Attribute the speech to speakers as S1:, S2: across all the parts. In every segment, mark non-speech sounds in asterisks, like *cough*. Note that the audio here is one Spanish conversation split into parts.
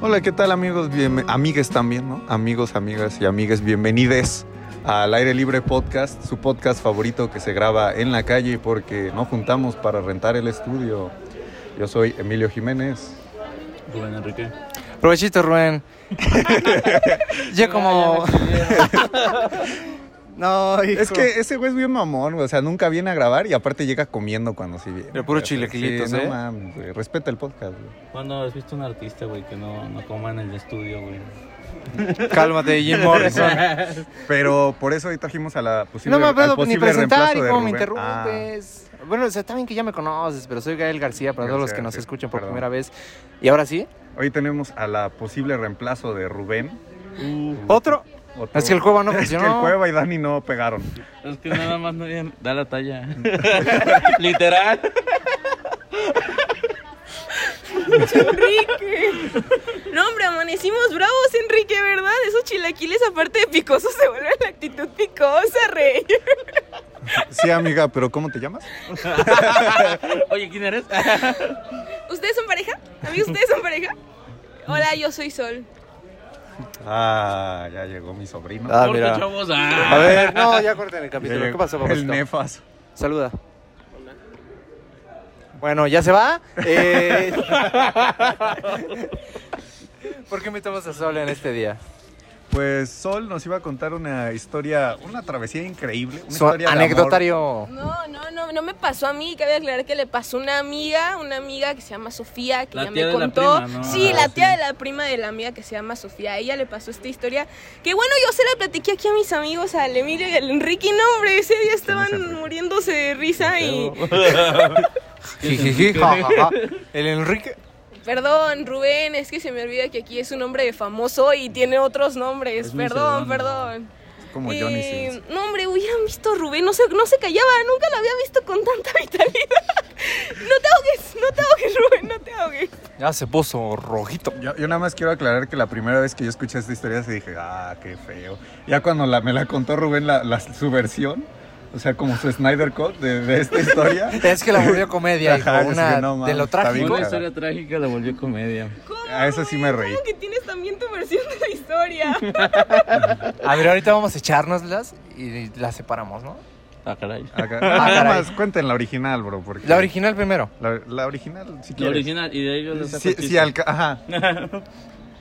S1: Hola, ¿qué tal amigos? Bien, amigues también, ¿no? Amigos, amigas y amigues, bienvenides al Aire Libre Podcast, su podcast favorito que se graba en la calle porque no juntamos para rentar el estudio. Yo soy Emilio Jiménez.
S2: Rubén Enrique.
S3: Provechito, Rubén. Yo como...
S1: *laughs*
S3: no, hijo.
S1: Es que ese güey es bien mamón, güey. O sea, nunca viene a grabar y aparte llega comiendo cuando sí viene.
S3: De puro
S1: O sea,
S3: chilaquilitos,
S1: sí,
S3: ¿eh?
S1: No mames, güey. Respeta el podcast, güey.
S2: ¿Cuándo has visto un artista, güey, que no, no coma en el estudio, *laughs* güey?
S3: Cálmate, *laughs* Jim Morrison.
S1: Pero por eso hoy trajimos a la posible
S3: no me
S1: al
S3: puedo ni
S1: posible
S3: presentar
S1: reemplazo
S3: y
S1: de
S3: cómo me
S1: Rubén. Ah.
S3: interrumpes. Bueno, o sea, está bien que ya me conoces, pero soy Gael García para todos los que
S1: García,
S3: nos
S1: sí,
S3: escuchan por
S1: perdón.
S3: primera vez. Y ahora sí,
S1: Ah, Hoy tenemos a la posible reemplazo de Rubén. Uh,
S3: otro.
S1: Otro-
S3: Uh. Es que el Cueva no
S1: *laughs* Es que el
S3: funcionó.
S1: Cueva y Dani no pegaron.
S2: Es que nada más no da la talla. *laughs* Literal.
S4: Enrique. No, hombre, amanecimos bravos, Enrique, ¿verdad? Esos chilaquiles, aparte de picosos, se vuelven la actitud picosa, rey.
S1: Sí, amiga, pero ¿cómo te llamas?
S2: Oye, ¿quién eres?
S3: Ah,
S2: *laughs*
S4: ¿Ustedes son pareja? Amigos, ¿ustedes son pareja? Hola, yo soy Sol.
S1: Ah, ya llegó mi sobrino.
S3: Ah,
S2: Corta,
S3: mira.
S2: chavos.
S3: A
S2: Ah.
S3: ver, no, ya
S1: *laughs*
S3: corten el capítulo.
S1: Ya
S3: ¿Qué pasó,
S1: llegó El
S3: papacito?
S1: nefas.
S3: Saluda. Bueno, ¿ya se va?
S1: *laughs*
S3: Eh, *laughs* ¿Por qué invitamos a Sol en este día?
S1: Pues Sol nos iba a contar una historia, una travesía increíble. Una
S3: Su
S1: historia de
S3: anecdotario.
S4: No, no, no, no me pasó a mí. Cabe aclarar que le pasó a una amiga, una amiga que se llama Sofía, que
S2: La
S4: ya
S2: tía
S4: me
S2: de la
S4: contó.
S2: prima, ¿no?
S4: Sí,
S2: Ah,
S4: la tía
S2: sí.
S4: de la prima de la amiga que se llama Sofía. A ella le pasó esta historia. Que bueno, yo se la platiqué aquí a mis amigos, al Emilio y al Enrique. y No, hombre, ese día
S1: Enrique?
S4: estaban muriéndose de risa y.
S3: *laughs* Jijiji, jajaja. El Enrique.
S4: Perdón, Rubén, es que se me olvida que aquí es un hombre de famoso y tiene otros nombres.
S2: Es mi
S4: perdón,
S2: seudónimo.
S4: perdón.
S1: amor, Como
S4: Y,
S1: Johnny Sins.
S4: No, hombre, hubieran visto a Rubén, no se, no se callaba, nunca la había visto con tanta *laughs* vitalidad. No te ahogues, no te ahogues, Rubén, no te ahogues.
S3: Ya se puso rojito.
S1: Yo, yo nada más quiero aclarar que la primera vez que yo escuché esta historia se dije, ah, qué feo. Ya cuando la, me la contó Rubén la, la- su versión, o sea, como su Snyder Cut de, de esta historia.
S3: Es que la volvió comedia,
S1: *laughs*
S3: hijo,
S1: Ajá, es
S3: una
S1: que no, mames,
S3: de lo
S1: está bien
S3: trágico.
S2: Una historia trágica la volvió comedia.
S1: A eso sí me reí.
S4: ¿Cómo que tienes también tu versión de la
S1: *laughs*
S4: historia?
S3: A ver, ahorita vamos a echárnoslas y las separamos, ¿no?
S2: Ah, caray.
S1: Acá.
S3: *laughs* Ah,
S1: Nada
S3: caray.
S1: más, cuenten la original, bro. Porque
S3: La original primero.
S1: La, la original, si
S2: La
S1: quieres.
S2: original, y de ahí yo le saco
S1: Sí,
S2: chiste.
S1: sí, alca- ajá.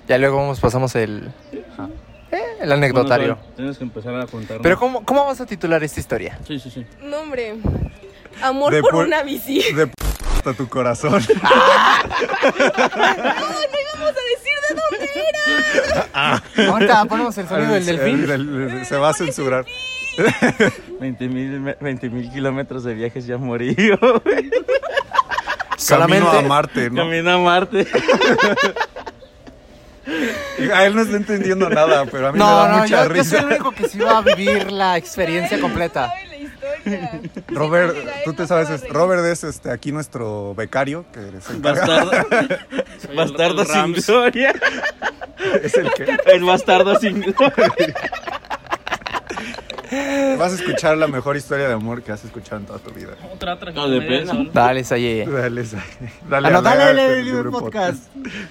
S3: Ya luego vamos, pasamos el,
S1: Ajá.
S3: eh, el
S2: Bueno,
S3: anecdotario.
S2: Sol, Tienes que empezar a contar.
S3: Pero ¿cómo, ¿cómo vas a titular esta historia?
S2: Sí, sí, sí.
S4: No, hombre. Amor
S1: De
S4: por
S1: por-
S4: una bici. *laughs*
S1: De p- hasta tu corazón.
S4: Vamos a decir de dónde era.
S3: Ahorita ponemos el sonido del
S1: El-
S3: delfín.
S1: el- el- se va a censurar.
S2: 20 mil kilómetros de viajes ya morí. *laughs*
S1: Solamente a
S3: Solamente.
S1: Marte, ¿no?
S2: Camino a Marte.
S1: A él no está entendiendo nada, pero a mí me
S3: No,
S1: da
S3: no,
S1: mucha
S3: yo, yo soy
S1: risa.
S3: el único que sí va a vivir la experiencia
S4: Él
S3: completa.
S4: sabe la historia.
S1: Robert,
S4: Siempre llega
S1: tú
S4: él,
S1: te
S4: no
S1: sabes,
S4: se va a
S1: es-
S4: reír.
S1: Robert es este aquí nuestro becario que se encarga- *laughs*
S2: Bastardo. *laughs* Bastardo sin gloria.
S1: es el que
S2: El bastardo sin gloria.
S1: vas a escuchar la mejor historia de amor que has escuchado en toda tu vida.
S3: Eh.
S5: Otra trágica.
S2: No, de pena.
S3: Dale, Saye.
S1: Dale, esa- dale,
S3: Ah, no,
S1: a la-
S3: dale, dale,
S1: al
S3: dale,
S1: Libre
S3: libre podcast.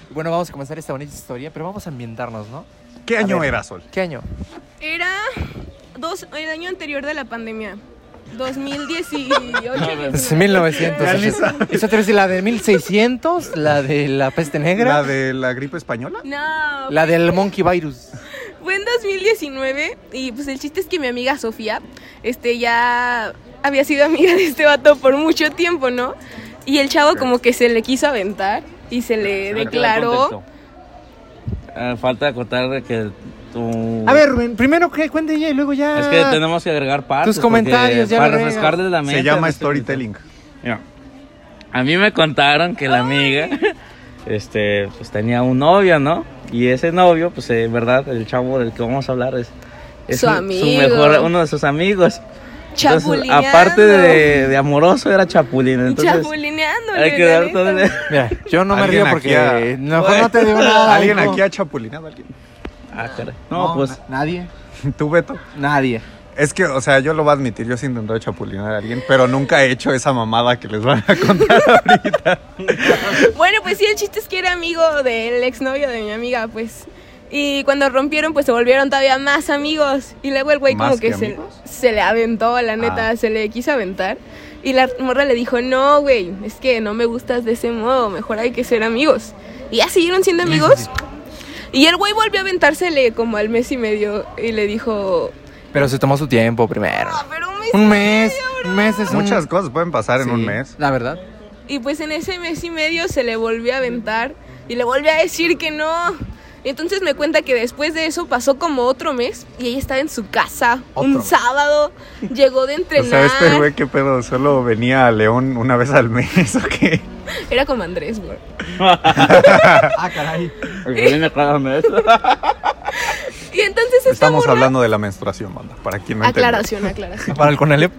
S3: Bueno, vamos a comenzar esta bonita historia, pero vamos a ambientarnos, ¿no?
S1: ¿Qué
S3: A
S1: año
S3: ver.
S1: era Sol?
S3: ¿Qué año?
S4: Era dos, el año anterior de la
S2: *laughs*
S4: pandemia. 2018.
S3: Pues Es 1900.
S1: Ya ni
S3: Esa te la de 1600, la de la peste
S1: ¿La
S3: negra,
S1: de la gripe española?
S4: No,
S3: la del monkey virus.
S4: fue en 2019 y pues el chiste es que mi amiga Sofía, este ya había sido amiga de este vato por mucho tiempo, ¿no? Y el chavo como que se le quiso aventar y se le declaró.
S2: Ah, falta acotar de que tu.
S3: A ver, Rubén, primero que cuente ella y luego ya.
S2: Es que tenemos que agregar partes.
S3: Tus comentarios,
S2: porque
S3: ya
S2: Para
S3: lo
S2: refrescarles la mente.
S1: Se llama
S2: no sé-
S1: storytelling.
S2: Mira, a mí me contaron que la amiga, este, pues tenía un novio, ¿no? Y ese novio, pues en verdad, el chavo del que vamos a hablar es. es
S4: Su
S2: un-
S4: amigo.
S2: mejor, uno de sus amigos. Entonces,
S4: Chapulineando.
S2: aparte de, de amoroso, era chapulín. Entonces,
S4: chapulineando.
S2: hay que dar todo. el-
S3: Mira, yo no me
S1: Alguien
S3: río
S1: aquí
S3: porque
S1: ha- Pues,
S3: mejor no te digo nada.
S1: *laughs* ¿Alguien
S3: hijo.
S1: aquí ha chapulinado a alguien?
S2: Ah, caray. No, pues.
S3: na- nadie,
S1: *laughs* ¿Tú, Beto?
S3: nadie.
S1: Es que, o sea, yo lo voy a admitir, yo sí he intentado chapulinar a alguien, pero nunca he hecho esa mamada que les van a contar ahorita.
S4: Bueno, pues sí, el chiste es que era amigo del exnovio de mi amiga, pues. Y cuando rompieron, pues se volvieron todavía más amigos. Y luego el güey como
S1: ¿Más
S4: que,
S1: que
S4: se,
S1: amigos?
S4: se le aventó, la neta,
S1: Ah.
S4: se le quiso aventar. Y la morra le dijo, no, güey, es que no me gustas de ese modo, mejor hay que ser amigos. Y ya siguieron siendo amigos. Y el güey volvió a aventársele como al mes y medio y le dijo,
S3: Pero se tomó su tiempo primero.
S4: "Ah, pero un mes y
S3: Un mes,
S4: medio, bro".
S3: un mes es un-
S1: Muchas cosas pueden pasar en
S3: Sí,
S1: un mes.
S3: La verdad.
S4: Y pues en ese mes y medio se le volvió a aventar y le volvió a decir que no. Entonces me cuenta que después de eso pasó como otro mes y ella estaba en su casa un
S3: Otro.
S4: sábado, llegó de
S1: *laughs* O sea,
S4: entrenar.
S1: este güey, qué pedo, solo venía a León una vez al mes, *laughs* ¿o qué?
S4: Era como Andrés, güey.
S3: Ah, caray.
S2: Porque a mí me clavan de eso.
S4: Y entonces esta
S1: Estamos
S4: morra-
S1: hablando de la menstruación, banda, para quien
S4: Ah,
S1: no entendió.
S4: Aclaración, aclaración.
S3: Para el Conalep.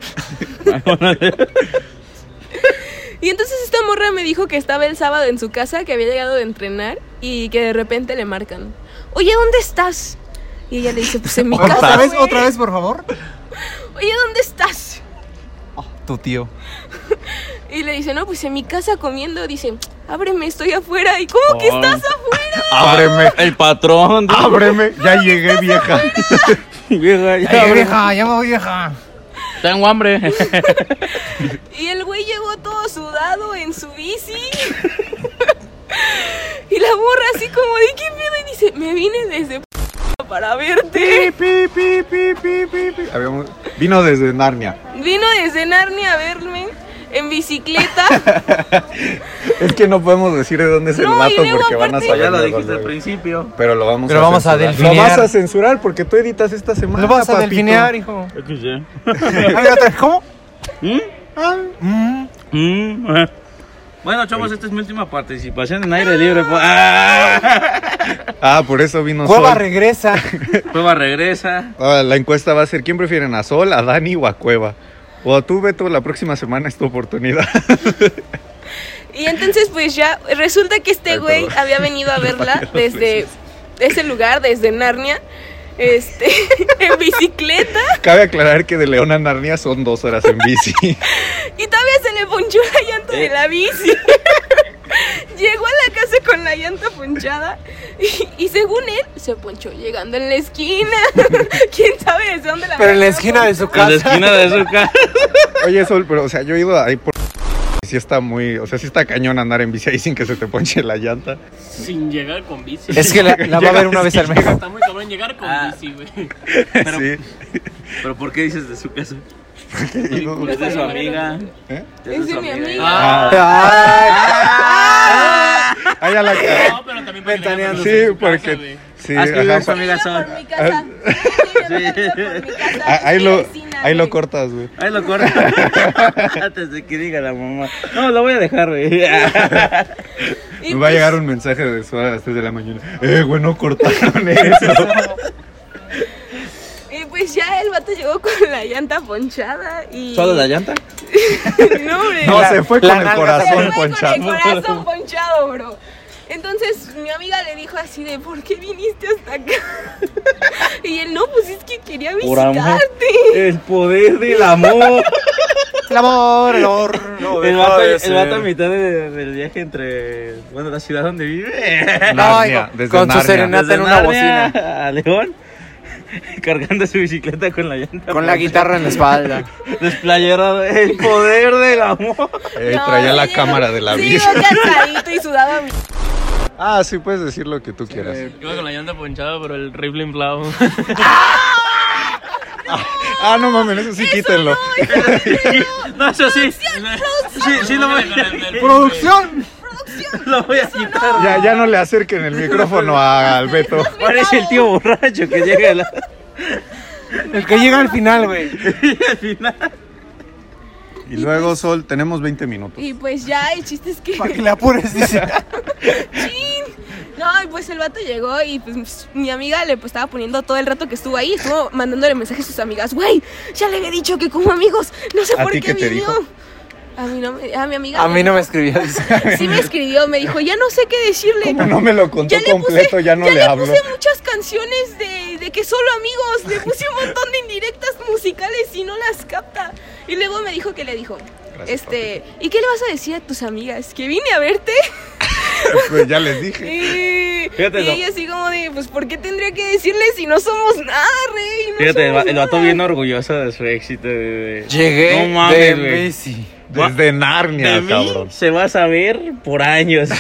S4: Y entonces esta morra me dijo que estaba el sábado en su casa, que había llegado de entrenar y que de repente le marcan. Oye, ¿dónde estás? Y ella le dice, pues en mi casa.
S1: Otra vez,
S4: güey.
S3: por favor.
S4: Oye, ¿dónde estás?
S3: Tu tío.
S4: Y le dice, no, pues en mi casa comiendo. Dice, ábreme, estoy afuera. ¿Y cómo que
S2: Ay.
S4: estás afuera?
S2: Ah,
S1: Ábreme,
S2: *laughs* El patrón. *laughs*
S1: *laughs*
S2: dijo,
S1: ábreme, ya llegué vieja.
S2: Vieja, ya,
S3: Ay,
S2: abre.
S3: vieja, Ah, ya me voy, vieja.
S2: Tengo *laughs* hambre.
S4: Y el güey llegó todo sudado en su bici. *laughs* y la morra así como, ¿de qué pedo? Y dice, me vine desde p- para verte.
S1: Pi, pi, pi, pi, pi, pi, pi. Habíamos- Vino desde Narnia.
S4: Vino desde Narnia a verme en
S1: *laughs*
S4: bicicleta.
S1: Es que no podemos decir de dónde es el
S4: No, y
S1: vato
S4: luego
S1: porque van a
S4: aparte-
S1: saber.
S2: ya lo
S1: de
S2: dijiste al
S1: dónde-
S2: principio.
S1: Pero lo vamos
S3: Pero
S1: a
S3: vamos a
S1: censurar. Lo
S3: delfinear.
S1: vas a censurar porque tú editas esta semana.
S3: Lo vas a
S1: papito.
S3: delfinear, hijo.
S2: Escuché.
S3: *laughs* Ay, otra vez, ¿Cómo?
S2: ¿Mm?
S3: Mm.
S2: Mm, ajá. Bueno, chavos, esta es mi última participación en aire libre. pues. ¡Ah!
S1: Ah, por eso vino
S3: Cueva
S1: Sol.
S3: regresa.
S2: Cueva regresa.
S1: Ah, la encuesta va a ser: ¿quién prefieren a Sol, a Dani o a Cueva? O a tú, Beto, la próxima semana es tu oportunidad. *laughs*
S4: y entonces, pues ya, resulta que este
S1: Ay,
S4: güey
S1: perdón.
S4: había
S1: *laughs*
S4: venido a verla
S1: varias
S4: desde
S1: veces.
S4: ese lugar, desde Narnia. Este, *laughs* en bicicleta
S1: Cabe aclarar que de León a Narnia son dos horas en bici.
S4: y todavía se le ponchó la llanta
S1: Eh.
S4: de la bici. Llegó a la casa con la llanta ponchada y, y según él se ponchó llegando en la esquina. *laughs* ¿Quién sabe desde dónde la
S3: Pero en la
S4: había
S3: esquina de su
S2: En la
S3: casa.
S2: esquina de su casa.
S1: *laughs* Oye, Sol, pero, o sea, yo he ido ahí por. y Sí está muy, o sea, sí está cañón andar en bici ahí sin que se te ponche la llanta. *laughs*
S5: Sin llegar con bici.
S3: Es que la, la va a ver una vez al mes.
S5: Está muy cabrón llegar con
S2: Ah.
S5: bici, güey. *laughs*
S2: Pero-
S1: Sí.
S2: ¿Pero por qué dices de su casa?
S1: Y no-
S2: Pues de su amiga.
S1: ¿Eh?
S4: Es de mi amiga.
S5: Ah.
S1: Ay, a la
S5: No, pero también porque le
S3: Ventaneando.
S5: llaman
S1: Sí,
S5: en su casa,
S1: porque.
S5: güey.
S1: Sí,
S2: Haz que
S1: ajá.
S2: vean su
S4: Ella
S2: amiga Sol.
S4: por mi casa. Ella por mi casa.
S1: *laughs* Ah, Ahí
S4: Es
S1: lo,
S4: mi vecina,
S1: ahí lo
S4: güey.
S1: cortas, güey.
S2: Ahí lo
S3: *laughs*
S2: corto. Antes de que diga la mamá. No, lo voy a dejar, güey.
S3: *laughs*
S4: Y
S1: Me va a llegar
S4: pues,
S1: un mensaje de su a las 3 de la mañana. Eh, güey, no cortaron *laughs* eso.
S4: Y pues ya el vato llegó con la llanta ponchada y.
S2: ¿Solo
S4: *laughs*
S2: la llanta?
S4: No, hombre.
S1: No,
S4: *laughs* La-
S1: se fue
S3: la
S1: con el
S3: nalga
S1: corazón
S4: se fue
S1: ponchado.
S4: Con el
S1: *laughs*
S4: corazón ponchado, bro. Entonces mi amiga le dijo así de, ¿por qué viniste hasta acá? *laughs* Y él, no, pues es que quería
S2: Por amor.
S4: visitarte.
S2: El poder del
S3: *laughs*
S2: amor.
S3: El amor, el amor. No,
S2: el,
S3: deja
S2: vato,
S3: de
S2: el
S3: ser.
S2: vato a mitad de- del viaje entre. Bueno, la ciudad donde vive.
S1: Narnia,
S3: Ay, con-
S1: desde
S3: con su
S1: Narnia.
S3: serenata.
S2: Desde
S3: en una
S2: Narnia A León. *laughs* Cargando su bicicleta con la llanta.
S3: Con la guitarra en la espalda.
S2: Desplayero. El poder del amor.
S1: Eh,
S4: No,
S1: traía
S4: sí
S1: la
S4: llegó-
S1: cámara de la
S4: sí
S1: bici.
S4: llegó cansadito y sudaba mi-
S1: *laughs* Ah, sí, puedes decir lo que tú quieras.
S5: Iba con la llanta ponchada, pero el rifle inflado.
S1: *laughs* Ah, no mames, eso sí, quítenlo. *laughs*
S2: No, eso sí. Sí, sí, lo voy a. *laughs* Lo voy a quitar.
S1: Ya, ya no le acerquen el micrófono a- al Beto.
S2: Parece el tío borracho que llega a la- *laughs*
S3: El que llega al final, güey.
S2: al final.
S1: Y luego, Sol, tenemos 20 minutos.
S4: Y pues ya, el chiste es que...
S3: Para que le apures, dice.
S4: ¡Chin! *laughs* No, y pues el vato llegó y pues mi amiga le pues, estaba poniendo todo el rato que estuvo ahí, estuvo mandándole mensajes a sus amigas, güey, ya le había dicho que como amigos, no sé
S1: ¿A
S4: por
S1: ti
S4: qué
S1: qué te
S4: vino.
S1: dijo?
S4: A mí no me, a mi amiga.
S3: A mí no me escribió. dice.
S4: Sí me escribió, me dijo, ya no sé qué decirle.
S1: Como no me lo contó
S4: Ya le
S1: completo,
S4: puse-
S1: ya no le,
S4: le
S1: hablo.
S4: puse muchas canciones de, de que solo amigos, le puse un montón de indirectas musicales y no las capta. Y luego me dijo que le dijo,
S1: Gracias,
S4: este, ¿y qué le vas a decir a tus amigas? Que vine
S1: *laughs*
S4: a verte.
S1: Pues ya les dije.
S4: Y,
S2: Fíjate,
S4: y
S2: no.
S4: ella así como de, pues, ¿por qué tendría que decirle si no somos nada, rey? No
S2: Fíjate, el, va-
S4: somos
S2: el vato
S4: nada"?
S2: bien orgulloso de su éxito. de- de-
S3: Llegué
S2: No mames,
S3: de
S2: güey.
S3: bici.
S1: Desde Narnia,
S2: De mí
S1: cabrón.
S2: se va a saber por
S3: *laughs*
S2: años.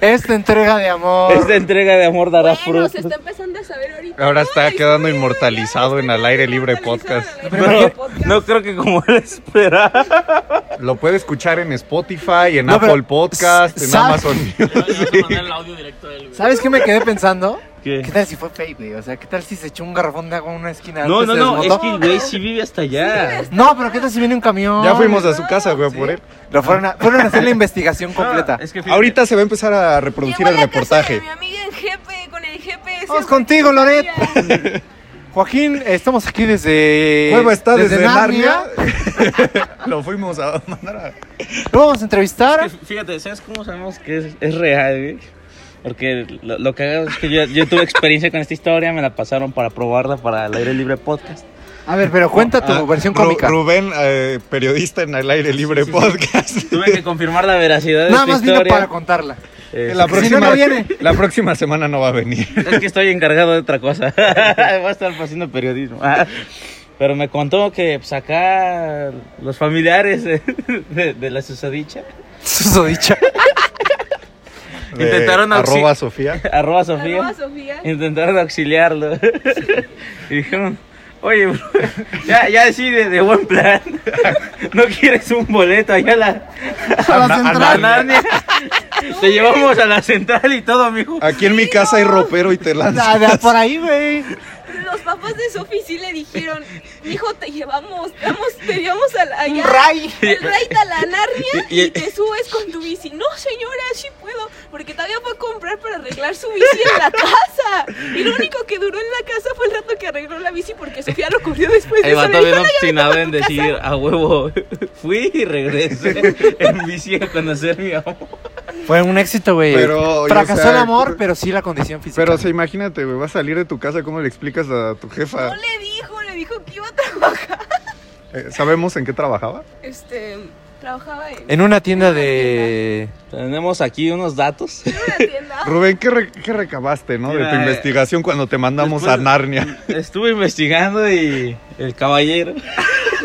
S3: Esta entrega de amor.
S2: Esta entrega de amor dará
S4: Bueno, se
S2: frutos.
S4: está empezando a saber ahorita.
S1: Ahora
S4: toda
S1: está
S4: la
S1: quedando
S4: historia,
S1: inmortalizado
S4: ya
S1: en
S4: está
S1: Al Aire Libre
S4: inmortalizado en
S1: Podcast.
S4: Al Aire Libre
S2: Pero
S4: Podcast.
S2: no creo que como él esperaba.
S1: Lo puede escuchar en Spotify, en
S3: No, pero-
S1: Apple Podcast, en
S3: ¿Sabe?
S1: Amazon *laughs*
S5: Le vas a mandar el audio directo a él, güey.
S3: ¿Sabes qué me quedé pensando?
S2: ¿Qué?
S3: ¿Qué tal si fue fake, güey? O sea, ¿qué tal si se echó un garrafón de agua en una esquina?
S2: No, no,
S3: antes, se
S2: no, es
S3: desbotó?
S2: que güey sí vive hasta allá.
S3: No, pero ¿qué tal si viene un camión?
S1: Ya fuimos a su casa, güey, por él.
S3: Lo fueron a, fueron a hacer la
S2: *laughs*
S3: investigación completa.
S2: Ah, Es que fíjate,
S1: Ahorita se va a empezar a reproducir
S4: Llegó a
S1: el
S4: la casa de
S1: reportaje.
S4: Mi amiga en GP, con el GPS.
S3: Vamos contigo, Loret. Joaquín, estamos aquí desde...
S1: Cueva está desde, Narnia. Lo fuimos a mandar a...
S3: Lo vamos a entrevistar.
S2: es que Fíjate, ¿sabes cómo sabemos que es, es real, güey? Porque lo, lo que hago es que yo, yo tuve experiencia con esta historia, me la pasaron para probarla para el aire libre podcast.
S3: A ver, pero cuenta tu
S2: Ah,
S3: versión
S1: Ru-
S3: cómica.
S1: Rubén, eh, periodista en el aire libre *laughs* podcast.
S2: Tuve que confirmar la veracidad de
S3: Nada
S2: esta
S3: más vino
S2: historia.
S3: para contarla.
S2: Eh,
S1: La
S3: Si no,
S1: próxima,
S3: no viene.
S1: la próxima semana no va a venir.
S2: Es que estoy encargado de otra
S1: *laughs*
S2: cosa. Voy a estar haciendo periodismo. Ah, Pero me contó que pues, acá los familiares de, de- de la susodicha,
S3: *laughs* Susodicha.
S1: De
S2: Intentaron auxi-
S1: Eh, arroba Sofía.
S2: arroba
S4: Sofía.
S2: Sofía,
S4: Sofía.
S2: intentaron auxiliarlo. Y dijeron, oye, bro, ya, ya así de, de buen plan, ¿no quieres un boleto allá a la,
S3: A la
S1: Na- a
S2: a
S1: Narnia.
S2: *laughs*
S3: central.
S2: Narnia? Te llevamos a la central y todo, mijo.
S1: Aquí en mi casa hay ropero y te lanzas.
S3: Ah, de- Por ahí, güey.
S4: Los papás de Sofía sí le dijeron, hijo, te llevamos, vamos, te llevamos a la,
S3: Un
S4: allá,
S3: ray.
S4: al Raid a la Narnia
S2: Y- y-
S4: y te subes con tu bici. No, señora, sí puedo, porque todavía fue a comprar para arreglar su bici en la casa. Y lo único que duró en la casa fue el rato que arregló la bici porque Sofía lo corrió después de
S2: El
S4: eso. Le
S2: vato
S4: dijo,
S2: bien
S4: "No, ya vete
S2: obstinado
S4: pa'
S2: en
S4: tu casa".
S2: decir, a huevo, *laughs* fui y *laughs* regresé en bici a conocer mi amor.
S3: Fue un éxito, güey.
S1: Pero, oye,
S3: Fracasó
S1: o sea,
S3: el amor, pero sí la condición física.
S1: Pero, o sea, imagínate, güey, vas a salir de tu casa, ¿cómo le explicas a tu jefa?
S4: No le dijo, le dijo que iba a trabajar.
S1: Eh, ¿Sabemos en qué trabajaba?
S4: Este, trabajaba en,
S3: En una tienda de...
S2: Tenemos aquí unos *laughs* datos.
S4: una tienda.
S1: Rubén, ¿qué, re- qué recabaste, no? De tu
S2: Mira, eh,
S1: investigación cuando te mandamos
S2: después-
S1: a
S2: *laughs*
S1: Narnia.
S2: Estuve investigando y el caballero *laughs*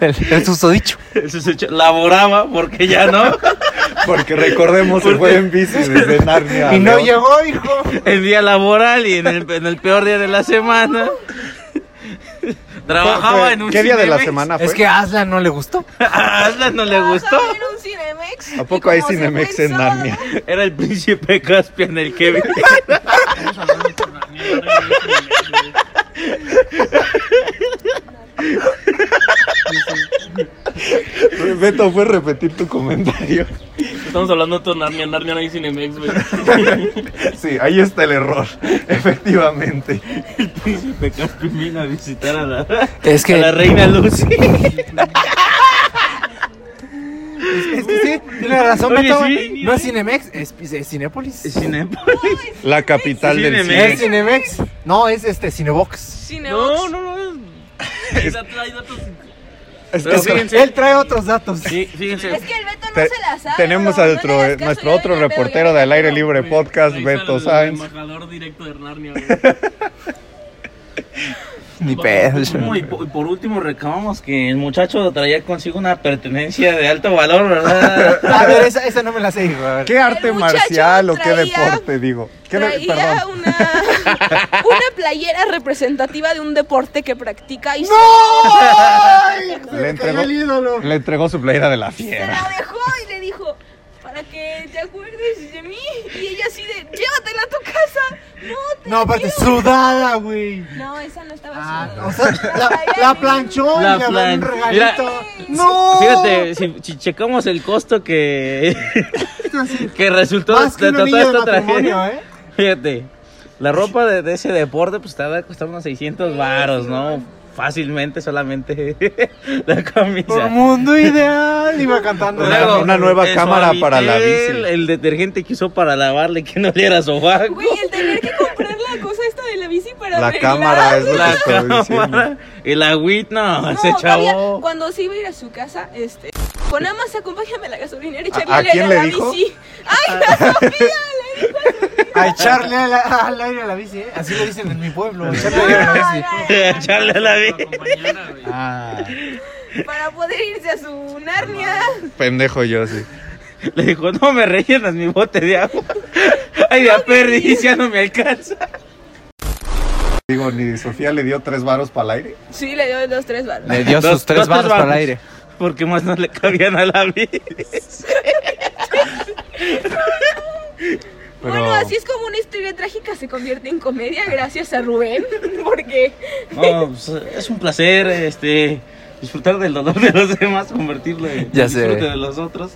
S3: El, el susodicho.
S2: se se echó- laboraba porque ya no. *laughs*
S1: Porque recordemos, se fue en bici desde Narnia.
S3: Y no
S1: León.
S3: llegó, hijo.
S2: El día laboral y en el, en el peor día de la *laughs* semana. Trabajaba en un
S1: ¿Qué día de la
S2: Cinemex.
S1: semana Ah, fue?
S3: Es que a Aslan no le gustó.
S2: *laughs* A Aslan no
S4: Ah,
S2: le gustó.
S4: Trabajaba en un Cinemex.
S1: ¿A poco hay
S4: Y como se
S1: Cinemex
S4: fue el
S1: en
S4: sábado,
S1: Narnia?
S2: Era el príncipe Caspian *laughs* el Kevin.
S5: Vamos a hablar de Narnia, güey.
S1: Beto, fue repetir tu comentario. *laughs*
S5: Estamos hablando de tu Narnia, Narnia no hay Cinemex, güey.
S1: Sí, ahí está el error, *laughs* efectivamente.
S2: El príncipe Caspian vino a visitar a la,
S3: Es que...
S2: a *laughs* la reina Lucy.
S3: Es que sí, tiene razón,
S2: Oye,
S3: Beto.
S2: sí.
S3: No es Cinemex, es, es Cinépolis. Es,
S2: Cinépolis.
S1: La capital
S2: Sí,
S1: del
S2: Cinemex.
S1: cine.
S3: Cinemex. No, es este Cinebox.
S4: Cinemex.
S2: No, no, no.
S5: Hay datos- hay datos-
S1: Es que
S2: Pero
S1: sí,
S2: fíjense,
S3: Él trae otros datos.
S2: Sí, fíjense.
S4: Es que el Beto no
S1: te-
S4: se la sabe.
S1: tenemos
S4: bro,
S1: a
S4: no
S1: nuestro,
S4: le hagas caso,
S1: nuestro
S4: ya
S1: otro
S4: viene el pedo,
S1: reportero del
S4: ya viene el
S1: Aire
S4: pedo.
S1: Libre podcast,
S5: Ahí está
S1: Beto
S5: el
S1: Sáenz.
S5: embajador directo de Narnia, güey.
S3: Ni
S2: *laughs* No, y po- y por último recabamos que el muchacho traía consigo una pertenencia de alto valor, ¿verdad?
S3: A ver, esa, esa no me la sé, hijo. A ver.
S1: ¿Qué arte
S4: muchacho
S1: marcial o qué
S4: traía-
S1: deporte, digo? ¿Qué de-
S4: Traía
S1: perdón.
S4: una, una playera representativa de un deporte que practica y
S1: Le entregó, le entregó su playera de la
S4: se
S1: fiera.
S4: la dejó y le dijo, para que te acuerdes de mí. Y ella así de, llévatela a tu casa. No, te
S3: No, aparte, sudada, güey.
S4: No, esa no estaba
S3: Ah,
S4: sudada.
S3: o sea, la, la planchó
S2: La
S3: y le dio un
S2: plan-
S3: regalito. no.
S2: Fíjate, si, si checamos el costo que, que resultó
S3: Más que
S2: de
S3: un
S2: toda
S3: anillo de
S2: esta
S3: matrimonio,
S2: tragedia.
S3: ¿eh?
S2: Fíjate, la ropa de, de ese deporte pues te va a costar unos 600 varos, ¿no? Fácilmente solamente *laughs* la
S3: Por
S2: camisa.
S3: mundo ideal.
S6: Ay, iba cantando.
S1: Una-
S2: Luego,
S1: una nueva
S2: el
S1: cámara para la
S2: suavitel,
S1: bici.
S2: El detergente que usó para lavarle que no oliera a sobaco.
S4: Güey, el tener que comprar la cosa esta de la bici para
S1: La
S4: arreglar.
S1: cámara es lo que
S2: La
S1: estoy diciendo.
S2: cámara, el agüita, no,
S4: No,
S2: ese
S4: todavía,
S2: chavo.
S4: cuando se iba a ir a su casa, este. Con nada más acompáñame a la gasolinera y
S1: ¿A- a
S4: echarle aire
S1: quién
S4: la
S1: le dijo? Ah.
S4: bici. ¡Ay, la Sofía! Le
S1: *laughs*
S4: dijo
S6: A echarle a la-
S3: al aire a la bici, ¿eh? Así lo dicen en mi pueblo. Echarle aire a la bici.
S2: *laughs* Echarle a la bici.
S5: Acompañara, güey.
S6: Ah,
S4: para poder irse a su Narnia.
S1: Pendejo yo, sí.
S2: Le dijo, no me rellenas mi bote de agua. Ay, ya perdí, ya no me alcanza.
S1: Digo, ni Sofía le dio tres varos para el aire.
S4: Sí, le dio dos, tres balas.
S3: Le dio
S2: Dos-
S3: sus tres
S2: dos, tres
S3: barras para el
S2: varos.
S3: aire.
S2: Porque más no le cabían a la bici.
S1: Pero
S4: Bueno, así es como una historia trágica se convierte en comedia gracias a Rubén, *laughs* porque
S2: *laughs* No, pues, es un placer, este. Disfrutar del dolor de los demás, convertirlo en
S3: Ya sé.
S2: disfrute de los otros.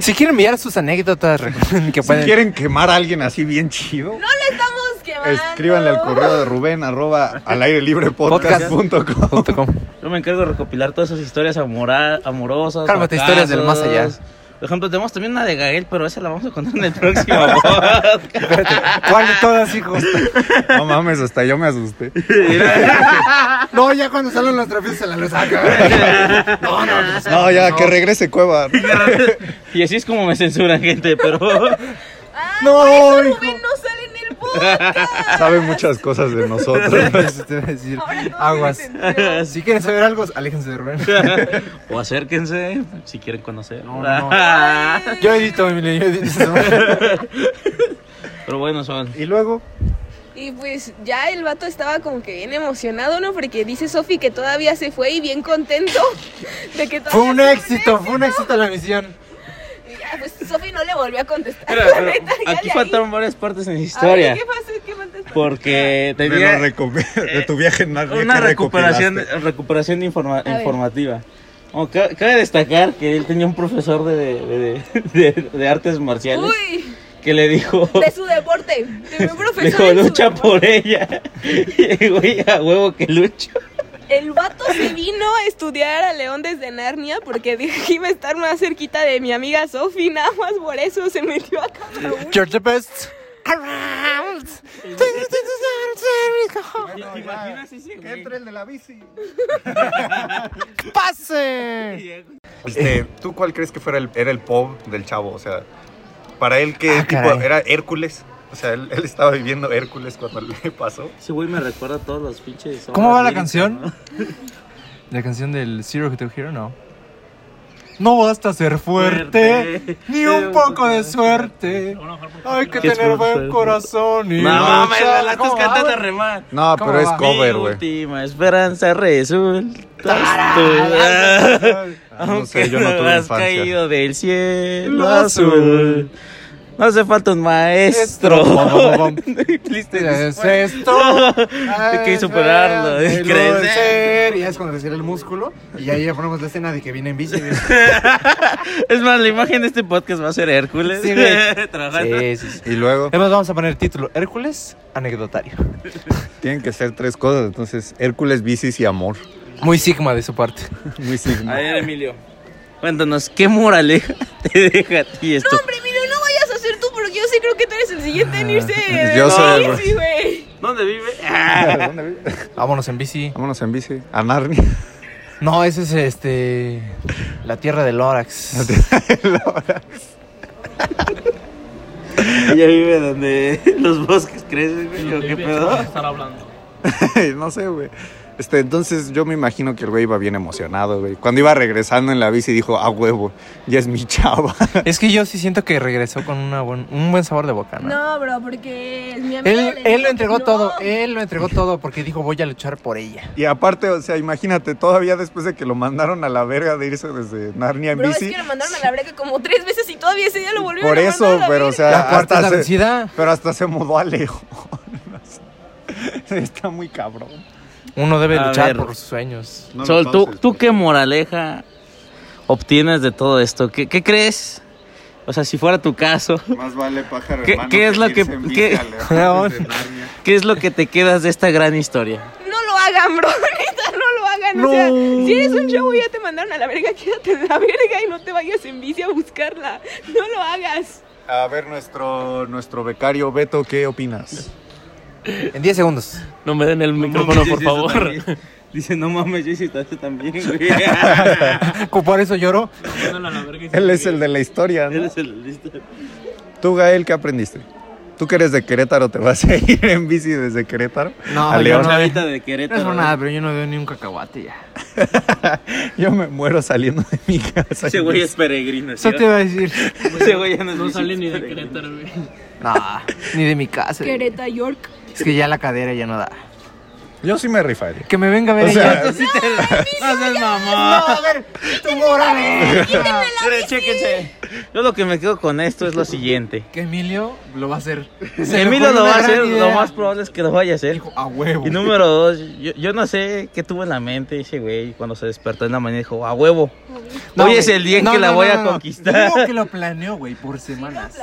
S3: Si quieren enviar sus anécdotas, recuerden que
S1: si
S3: pueden.
S1: quieren quemar a alguien así bien chido,
S4: no le estamos quemando.
S1: escríbanle al correo de Rubén arroba al aire libre podcast punto com.
S3: punto com.
S2: Yo me encargo de recopilar todas esas historias amora- amorosas.
S3: Cálmate, historias del más allá.
S2: Por ejemplo, tenemos también una de Gael, pero esa la vamos a contar en el próximo *laughs* podcast.
S6: ¿Cuál de todas, hijos?
S1: No mames, hasta yo me asusté.
S6: No, ya cuando salen los trapitos se la luz saca. No, no, no.
S1: No, ya, que regrese Cueva.
S2: Y así es como me censuran, gente, pero *laughs*
S4: Ah,
S6: No,
S4: por eso
S6: hijo.
S4: Rubén no sale en el podcast.
S1: Sabe muchas cosas de nosotros.
S6: Eso te iba a decir.
S4: Ahora todo
S6: Aguas.
S1: *laughs*
S4: tiene
S2: *laughs*
S4: sentido.
S6: Si quieren saber algo, aléjense de Rubén.
S2: o acérquense si quieren conocer.
S6: No, no, no. Yo edito, Emilio, yo edito.
S2: *laughs* Pero bueno, son.
S1: Y luego,
S4: Y pues ya el vato estaba como que bien emocionado, ¿no? Porque dice Sofi que todavía se fue y bien contento *laughs* de que todavía
S6: Fue un
S4: se
S6: éxito, fue un éxito la misión.
S4: Y ya, pues Sofi no le volvió a contestar. *laughs* la neta, ya
S2: Aquí
S4: de ahí.
S2: faltaron varias partes en la
S4: A ver,
S2: historia.
S4: ¿Qué pasó? ¿Qué contestó?
S2: Porque
S1: de,
S2: tenía
S1: lo reco- de tu viaje en Narnia
S2: una
S1: que
S2: recuperación,
S1: recopilaste.
S2: recuperación informa-
S4: ver.
S2: informativa. Oh, ca- cabe destacar que él tenía un profesor de, de- de- de- de artes marciales
S4: Uy,
S2: que le dijo...
S4: de su deporte.
S2: *laughs*
S4: De mi
S2: Le
S4: profesor.
S2: dijo,
S4: en su
S2: lucha
S4: deporte".
S2: por ella. *laughs* Y güey, a huevo que lucho.
S4: El vato se vino a estudiar a León desde Narnia porque *laughs* dije que iba a estar más cerquita de mi amiga Sofi. Nada más por eso se metió acá.
S3: George the Best.
S2: *laughs* ¿Te imaginas ese güey?
S1: el de la bici.
S3: ¡Pase!
S1: Este, ¿Tú cuál crees que fuera el, era el pop del chavo? O sea, para él que
S3: Ah, caray.
S1: era Hércules. O sea, él, él estaba viviendo Hércules cuando le *laughs* pasó.
S2: Ese güey me recuerda a todos los pinches.
S3: ¿Cómo
S2: obras
S3: va la
S2: líricas,
S3: canción?
S2: ¿no?
S3: La canción del Zero to Hero, no. No basta ser fuerte,
S2: Fuerte.
S3: ni un
S2: *laughs*
S3: poco de suerte.
S5: Bueno, mejor porque-
S3: Hay que
S2: Qué
S3: tener
S2: fuerte.
S3: buen corazón y
S2: No mames,
S3: luchar.
S2: güey, la estás
S3: ¿Cómo va,
S2: cantando a
S3: güey?
S2: remar.
S1: No,
S3: ¿Cómo pero es va?
S2: Mi última esperanza resulta tú. ah,
S1: No sé,
S2: Aunque
S1: yo
S2: *laughs*
S1: no
S2: no
S1: tuve
S2: has
S1: infancia.
S2: caído del cielo
S3: Lo
S2: azul.
S3: azul.
S2: No hace falta un maestro.
S3: Bom, bom, bom.
S2: Triste
S3: Es esto.
S2: Hay *laughs* que superarlo,
S3: Es
S2: es crecer.
S6: Crecer. Y ya es cuando se cierra el músculo. Y ahí ya ponemos la escena de que viene en bici. güey.
S2: Es más, la imagen de este podcast va a ser Hércules.
S3: Sí, güey.
S2: *laughs* Trabajando.
S3: Sí, sí, sí.
S1: Y luego
S3: Además, vamos a poner el título: Hércules anecdotario.
S1: tienen que ser tres cosas. Entonces, Hércules, bicis y amor. *laughs*
S3: Muy Sigma de su parte.
S1: Muy signo.
S2: A ver, Emilio. Cuéntanos, ¿qué moraleja *laughs* te deja a ti esto?
S4: No, hombre, Emilio, no vayas a ser tú porque yo sí creo que tú eres el siguiente en irse. de
S1: Yo soy el-
S4: bici, güey.
S2: ¿Dónde vive?
S1: ¿Dónde vive?
S3: Vámonos en bici.
S1: Vámonos en bici. A Narnia. *laughs*
S3: No, ese es este. La tierra del Lorax.
S2: *laughs* Ella vive donde *laughs* los bosques crecen, güey. ¿o
S5: Lo que
S2: ¿Qué
S5: pienso es
S2: pedo?
S5: estar hablando.
S1: no sé, güey. Este, entonces yo me imagino que el güey iba bien emocionado, güey. Cuando iba regresando en la bici dijo, a huevo, ya es mi chava.
S3: Es que yo sí siento que regresó con una buen- un buen sabor de boca, ¿no?
S4: No, bro, porque mi amiga
S3: Él,
S4: le
S3: él
S4: dijo
S3: lo entregó
S4: que no.
S3: todo, él lo entregó todo porque dijo voy a luchar por ella.
S1: Y aparte, o sea, imagínate, todavía después de que lo mandaron a la verga de irse desde Narnia en
S4: Bro, es
S1: bici.
S4: que lo mandaron a la breca como tres veces y todavía ese día lo volvieron
S1: Por
S4: a mandar
S1: eso,
S4: a la
S1: pero o
S4: verga.
S1: sea,
S3: la cuarta es
S1: hasta
S3: la
S1: se,
S3: vencida.
S1: pero hasta se mudó a León. *laughs* Está muy cabrón.
S3: Uno debe
S2: A
S3: luchar
S2: ver.
S3: por sus sueños.
S1: No,
S2: Sol, ¿tú,
S1: entonces,
S2: ¿tú
S1: pues,
S2: qué moraleja obtienes de todo esto? ¿Qué, qué crees? O sea, si fuera tu caso, *laughs*
S1: Más vale pájaro
S2: ¿Qué-
S1: en mano
S2: qué es lo que-
S1: irse en bici
S2: qué-
S1: a León desde Narnia.
S2: ¿qué es lo que te quedas de esta gran historia?
S4: No lo hagan, bro. *laughs* Neta, no lo hagan. mandan. O sea, si eres un chavo y ya te mandaron a la verga, quédate en la verga y no te vayas en bici a buscarla. No lo hagas.
S1: A ver, nuestro, nuestro becario Beto, ¿qué opinas?
S3: En 10 segundos. *laughs*
S7: No me den el micrófono, por favor.
S2: Dice, no mames, yo hiciste eso también,
S7: *laughs*
S2: güey.
S3: Por eso lloro.
S1: *laughs* Él es el de la historia. ¿no?
S2: Eres el listo.
S1: Tú, Gael, ¿qué aprendiste? Tú que eres de Querétaro, ¿te vas a *laughs* ir en bici desde Querétaro?
S3: No,
S1: a
S3: yo
S1: León.
S3: no.
S2: Chavita de
S3: No es
S2: Querétaro.
S3: por nada, pero yo no veo ni un cacahuate ya.
S1: Yo me muero saliendo de mi casa. *laughs*
S2: Ese güey es peregrino. ¿sí?
S3: Eso te iba a decir.
S2: Ese güey ya no es
S8: No sale ni de
S2: visitante.
S8: Querétaro, güey.
S3: No, ni de mi casa.
S4: Quereta York.
S3: Es que ya la cadera ya no da.
S1: Yo sí me rifaría.
S3: Que me venga a ver
S1: O sea,
S3: ella.
S7: Sí te- No seas mamón.
S3: No, a ver, tu moral.
S7: Miren, chéquense.
S2: Yo lo que me quedo con esto es lo siguiente.
S9: Que Emilio lo va a
S2: *laughs*
S9: hacer.
S3: me
S2: Emilio
S3: ocurre
S2: lo
S3: una
S2: va a
S3: gran
S2: hacer,
S3: idea.
S2: lo más probable es que lo vaya a hacer.
S9: A huevo.
S2: Y número dos, yo, yo no sé qué tuvo en la mente ese güey cuando se despertó en la mañana y dijo, a huevo.
S3: No,
S2: Hoy
S3: güey.
S2: es el día en
S3: No,
S2: que la
S3: no,
S2: voy
S3: no,
S2: a
S3: no, no.
S2: conquistar.
S9: Digo que lo planeó, güey, por semanas.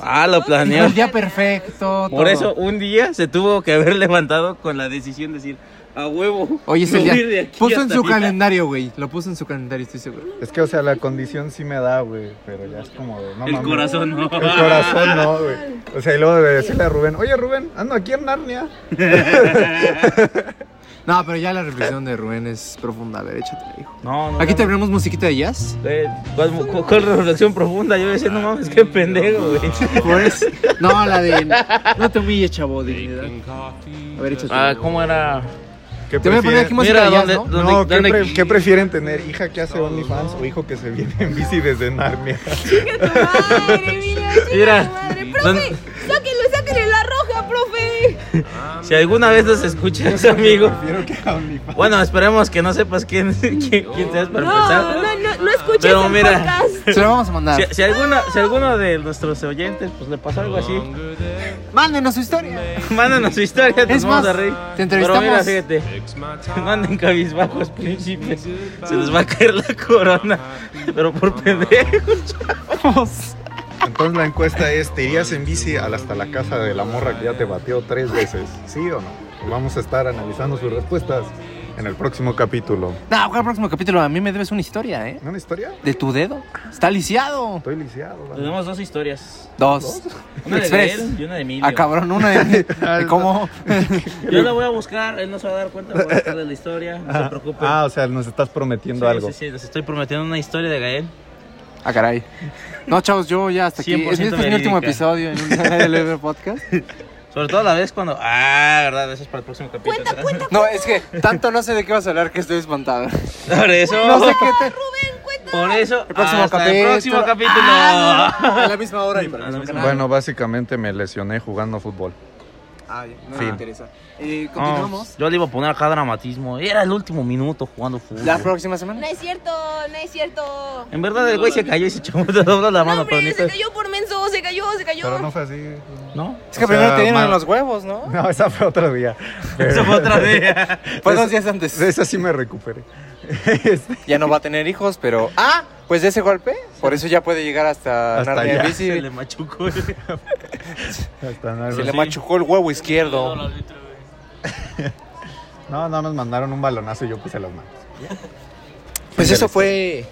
S2: Ah, lo planeó.
S3: Dijo, El día perfecto. todo.
S2: Por eso un día se tuvo que haber levantado con la decisión de decir, a huevo.
S3: Hoy es
S2: me
S3: el
S2: voy de
S3: día.
S2: aquí
S3: Puso en
S2: hasta
S3: su
S2: allá".
S3: calendario, güey. Lo puso en su calendario, estoy seguro.
S1: Es que, o sea, la condición sí me da, güey, pero ya es como de... No,
S2: El
S1: mames.
S2: corazón no.
S1: El corazón no, güey. O sea, y luego de decirle a Rubén, oye, Rubén, ando aquí en Narnia.
S3: No, pero ya la reflexión de Rubén es profunda. A ver, échatela, hijo.
S2: No, no.
S3: Aquí
S2: no.
S3: tenemos musiquita de jazz.
S2: Eh, ¿Cuál, cu- cuál reflexión profunda? Yo decía, no mames, qué pendejo, güey.
S3: Pues, no, la
S2: *laughs*
S3: de. No te humilles, chavo, dignidad. A ver, échatela.
S7: Ah, ¿cómo era?
S1: ¿Qué
S3: Te voy a
S1: prefieren?
S3: poner aquí música
S7: Mira,
S3: de jazz,
S7: donde-
S3: ¿no?
S1: No, ¿qué,
S7: ¿Dónde-
S1: pre- qué prefieren tener? ¿Hija que hace OnlyFans o hijo que se viene en bici desde Narnia? *laughs*
S4: Chinga tu *laughs* madre, mira, chinga
S2: Mira,
S4: tu madre.
S2: son-
S4: Profe, sáquenlo, sáquenle la roja, profe.
S2: Si alguna vez nos escuchas, amigo.
S1: Prefiero que a OnlyFans.
S2: Bueno, esperemos que no sepas quién, *laughs* quién, quién seas para empezar.
S4: No, no, no, no escuches
S2: Pero
S4: el
S2: mira.
S4: podcast.
S3: Se lo vamos a mandar.
S2: Si, si alguno, si alguno de nuestros oyentes pues le pasó algo
S7: *laughs*
S2: así,
S3: Mándenos su historia.
S2: mándanos su historia, nos
S3: Es
S2: vamos
S3: más,
S2: a reír.
S3: te
S2: Pero mira,
S3: entrevistamos.
S2: fíjate, *laughs* no anden cabizbajos, príncipes. Se les va a caer la corona. Pero por pendejos, chavos.
S1: Entonces la encuesta es, ¿te irías en bici al- hasta la casa de la morra que ya te batió tres veces? ¿Sí o no? Vamos a estar analizando sus respuestas en el próximo capítulo.
S3: No, para el próximo capítulo a mí me debes una historia, ¿eh?
S1: ¿No una historia?
S3: De tu dedo. Está lisiado.
S1: Estoy lisiado. ¿vale?
S2: Tenemos dos historias.
S3: Dos.
S2: Una de Ah,
S3: Express.
S2: él y una de Emilio.
S3: Ah, cabrón, una
S2: *laughs*
S3: de de ¿Cómo?
S2: Yo la voy a buscar, él no se va a dar cuenta por estar de la historia, no se preocupe.
S1: Ah, o sea, nos estás prometiendo algo.
S2: Sí, sí, les estoy prometiendo una historia de Gael.
S3: *laughs* Ah, caray. No, chavos, yo ya hasta aquí. Es mi,
S2: 100%
S3: este es mi último
S2: verídica.
S3: episodio en un LLB podcast.
S2: Sobre todo la vez cuando. Ah, verdad, eso es para el próximo capítulo. Cuenta, cuenta.
S3: No, es que tanto no sé de qué vas a hablar que estoy espantado.
S2: *laughs* Por eso.
S3: No sé qué te...
S2: Por eso.
S3: El próximo
S2: hasta
S3: capítulo.
S2: El próximo capítulo.
S3: Ah, no, no, A la misma hora y para el
S2: A la
S3: mismo
S2: misma
S3: canal.
S1: Bueno, básicamente me lesioné jugando fútbol.
S3: Ah, bien, no me
S1: Fin.
S3: interesa. Eh,
S2: No,
S3: continuamos.
S2: yo le iba a poner acá dramatismo. Era el último minuto jugando fútbol.
S3: La próxima
S4: No
S3: semana.
S4: es cierto, no es cierto.
S2: En verdad, el güey se cayó y *laughs* se echó te dobló la
S4: no,
S2: mano, pero
S4: hombre,
S2: ni
S4: se
S2: fue-
S4: cayó por menso, se cayó, se cayó.
S1: Pero no fue así.
S2: No.
S3: Es que
S1: O sea,
S3: primero te dieron
S1: mal.
S3: en los huevos, ¿no?
S1: No, esa fue otro día.
S2: Eso fue otra
S3: *laughs*
S2: día.
S3: Fue dos días antes.
S1: De esa sí me recuperé. *laughs* Este,
S3: Ya no va a tener hijos, pero. ¡Ah! Pues de ese golpe. Por eso ya puede llegar hasta,
S1: Hasta
S3: Narnia en
S1: allá.
S3: bici.
S2: Se le machucó.
S1: hasta no-
S3: Se le machucó el huevo izquierdo.
S1: No, no, nos mandaron un balonazo y yo puse las manos.
S3: Pues eso fue.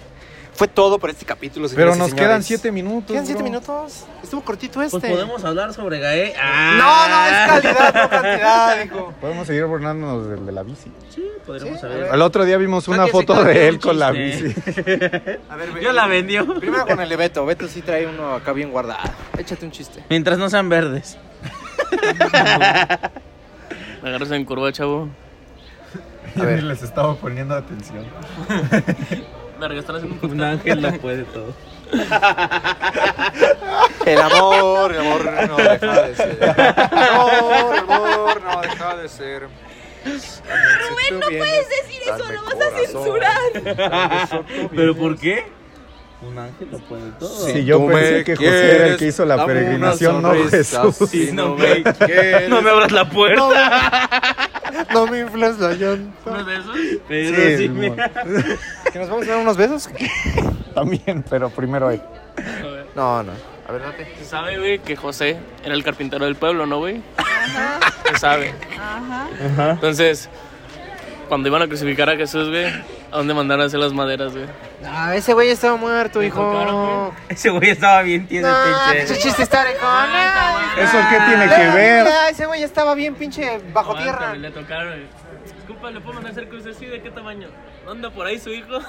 S3: Fue todo por este capítulo.
S1: Pero
S3: señores y
S1: nos
S3: señores.
S1: quedan siete minutos.
S3: ¿Quedan siete
S1: bro.
S3: minutos? Estuvo cortito este.
S2: Pues podemos hablar sobre Gael. Ah.
S3: No, no, es calidad, no cantidad, hijo.
S1: Podemos seguir burlándonos del de la bici.
S2: Sí, podríamos
S3: Sí,
S2: saber.
S1: El otro día vimos una
S3: Sáquense
S1: foto
S3: cada
S1: de
S3: quien
S1: él
S3: un
S1: con la
S2: chiste.
S1: bici. *laughs*
S3: A ver, ve-
S2: Yo la vendió.
S3: Primero con el de Beto. Beto sí trae uno acá bien guardado. Échate un chiste.
S2: Mientras no sean verdes.
S7: Me agarras en curva, chavo.
S1: Yo ni les estaba poniendo *laughs* atención.
S7: Verga, están haciendo un
S2: Un
S5: *laughs*
S2: ángel lo puede todo.
S3: El amor, el amor no deja de ser. *laughs* El amor, el amor no deja de ser. Rubén,
S4: no puedes decir eso,
S3: Dame
S4: lo vas a
S3: corazón.
S4: censurar.
S2: ¿Pero por qué? Un ángel lo puede todo.
S1: Si yo pensé que José era el que hizo la peregrinación, no Jesús.
S2: Si no me- No me abras la puerta.
S3: No me inflas la llanta.
S7: ¿Uno de esos?
S2: Pero
S1: Sí,
S2: sí *laughs*
S1: Simón.
S2: me-
S3: ¿Que nos vamos a dar unos besos?
S1: También, pero primero él.
S3: No, no. A ver, date.
S7: Se sabe, güey, que José era el carpintero del pueblo, ¿no, güey? Se sabe. Entonces, cuando iban a crucificar a Jesús, güey, ¿a dónde mandaron a hacer las maderas, güey?
S3: Ah, ese güey estaba muerto, hijo.
S7: tocaron,
S3: No,
S2: Ese güey estaba bien tieso,
S3: ese
S4: pues,
S2: pinche.
S3: chiste está orejón.
S1: ¿Eso qué tiene que
S3: Ah,
S1: ver?
S3: mira, Ese güey estaba bien pinche bajo
S7: Aguanta,
S3: tierra.
S7: güey, Le tocaron, güey. Disculpa, ¿le puedo mandar a hacer cruces así? ¿De qué tamaño? ¿Anda por ahí
S3: *laughs*
S7: su hijo?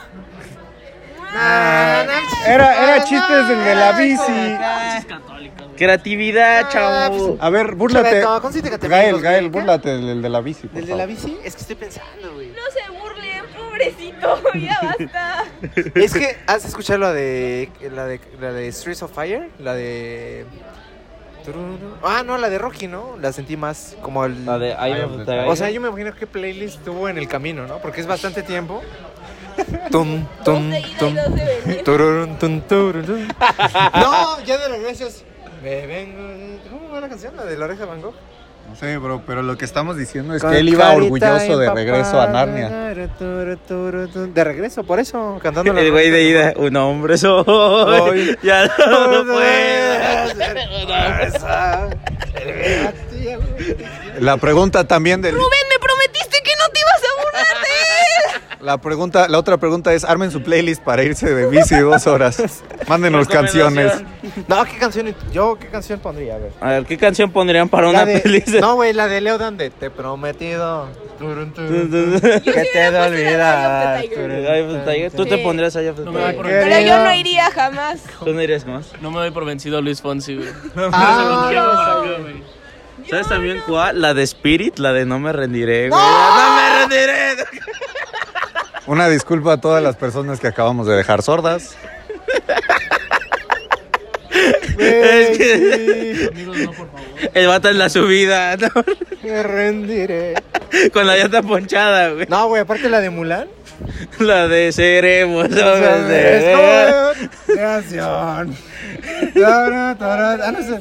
S4: Ah,
S3: Nah, nah,
S1: Era,
S3: nah,
S1: era chistes del de la
S3: nah,
S1: bici.
S3: nah.
S7: Católico, güey.
S2: Creatividad,
S4: Ah,
S3: pues,
S2: chavo.
S1: A ver, búrlate.
S3: Chavato, consíguete que te
S1: Gael,
S3: amigos,
S1: Gael,
S3: güey.
S1: búrlate del de la bici. por
S3: ¿Del de la
S1: favor.
S3: bici? Es que estoy pensando, güey.
S4: No se burlen, pobrecito, *laughs* ya basta.
S3: *laughs* Es que, ¿has escuchado la de, la de la de Streets of Fire? La de... Tururú. Ah, no, la de Rocky, ¿no? La sentí más como el...
S2: La de Eye of the Tiger.
S3: O sea, yo me imagino qué playlist tuvo en el camino, ¿no? Porque es bastante *laughs* tiempo. Tum, tum, tum. Tururún, tum, *laughs* tururún. No, ya de regreso es... Me vengo... ¿Cómo va la canción? La de la oreja de Van Gogh.
S1: No sé, bro, pero lo que estamos diciendo es
S3: Con
S1: que él iba
S3: carita
S1: orgulloso de
S3: empapada,
S1: regreso a Narnia.
S3: turu, turu, turu. De regreso, por eso, cantando la
S2: el güey de ida,
S3: rola.
S2: un hombre soy.
S3: Soy.
S2: *laughs* Ya
S3: *laughs*
S2: no, lo puedo. *laughs*
S1: La pregunta también del.
S4: Rubén, me prometiste que no te ibas a burlar *laughs* de él.
S1: La pregunta, la otra pregunta es: armen su playlist para irse de bici dos
S3: *laughs*
S1: horas. Mándenos canciones.
S3: No, ¿qué canción? Yo, ¿qué canción pondría? A ver.
S2: A ver, ¿qué canción pondrían para una
S3: La de-
S2: peli? *laughs*
S3: No, güey, la de Leo Dante. Te he prometido. Turun, turun, turun.
S2: Que
S4: hubiera
S2: te he de
S4: puesto la de Eye
S2: olvidar. Tú
S4: of the Tiger.
S2: eres Eye of the Tiger. Tú te
S4: Sí.
S2: pondrías Eye of the
S7: No me voy
S2: Tiger.
S7: por
S4: Pero
S3: Querido.
S4: yo no iría jamás.
S2: Tú no irías más.
S7: No me doy por vencido a Luis Fonsi, güey.
S3: Ah,
S7: Lo quiero para acá, güey.
S2: ¿Sabes también cuál? La de Spirit, la de No me rendiré, güey. ¡No me rendiré!
S1: Una disculpa a todas las personas que acabamos de dejar sordas.
S2: Es que- El vato en la subida, *laughs* ¿no?
S3: me rendiré.
S2: Con la llanta ponchada, güey.
S3: No, güey, aparte la de Mulan.
S2: La de seremos hombres de guerra.
S3: Es como de- Canción. Tarara, tarara. Ah, no sé.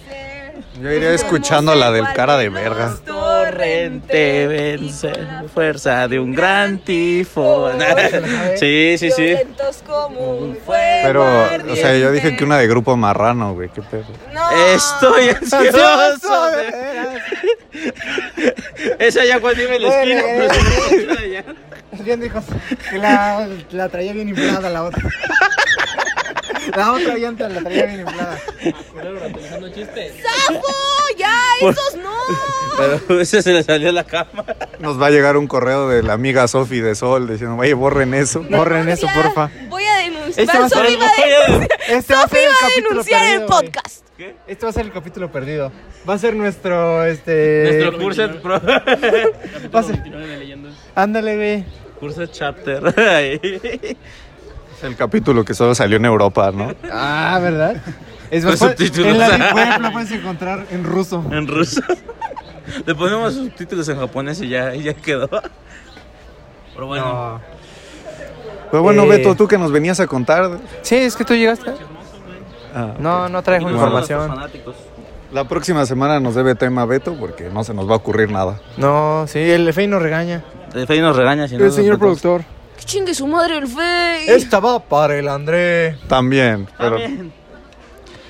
S1: Yo iría escuchando la del cara de verga.
S2: Torrente vence fuerza de un gran tifón. *laughs* Sí, sí, sí.
S4: Violentos como un fuego
S1: Pero, o sea, yo dije que
S4: ardiente.
S1: una de grupo marrano, güey. Qué pedo.
S4: No.
S2: Estoy ansioso.
S3: Tarara,
S2: de-
S3: tarara.
S2: *laughs* Esa ya cuando iba en la
S3: Bueno,
S2: esquina.
S3: eh.
S2: pero se me escucha
S3: Adrián dijo que la, la traía bien inflada la otra. La otra llanta la traía bien inflada.
S4: ¡Sapo! ¡Ya!
S2: Por-
S4: ¡Esos no!
S2: ya. Pero esa se le salió la cama.
S1: Nos va a llegar un correo de la amiga Sofi de Sol diciendo, oye, *laughs* borren eso.
S3: Borren eso,
S4: Ya,
S3: porfa.
S4: Voy a denunciar.
S3: Este va a ser
S4: Sofi
S3: el
S4: va a denunciar,
S3: Este va a ser el
S4: Sofi va a
S3: capítulo
S4: denunciar el
S3: perdido, güey.
S4: podcast.
S3: Este va a ser el capítulo perdido. Va a ser nuestro, este...
S2: Nuestro curso pro. *laughs*
S3: va a ser-
S7: Continúa de leyendas.
S3: Ándale, güey.
S2: Curso chapter. *laughs* Ahí.
S1: Es el capítulo que solo salió en Europa, ¿no?
S3: Ah, ¿verdad? Es
S2: Con
S3: más, puede-
S2: subtítulos.
S3: En la Deep Web lo puedes encontrar en ruso.
S2: En ruso. Le ponemos subtítulos en japonés y ya, y ya quedó. Pero bueno.
S3: No.
S1: Pero Pues bueno,
S3: Eh.
S1: Beto, tú que nos venías a contar.
S3: Sí, es que tú llegaste.
S1: Ah,
S3: No, no traigo
S1: Y
S2: Bueno,
S3: información.
S2: los fanáticos.
S1: La próxima semana nos debe tema Beto porque no se nos va a ocurrir nada.
S3: No, sí, el FEI nos regaña.
S2: El Fey nos regaña si no
S3: El
S2: nos
S3: señor
S2: metemos.
S3: productor.
S4: ¡Que chingue su madre el fe!
S3: Esta va para el André.
S1: También, pero
S2: También.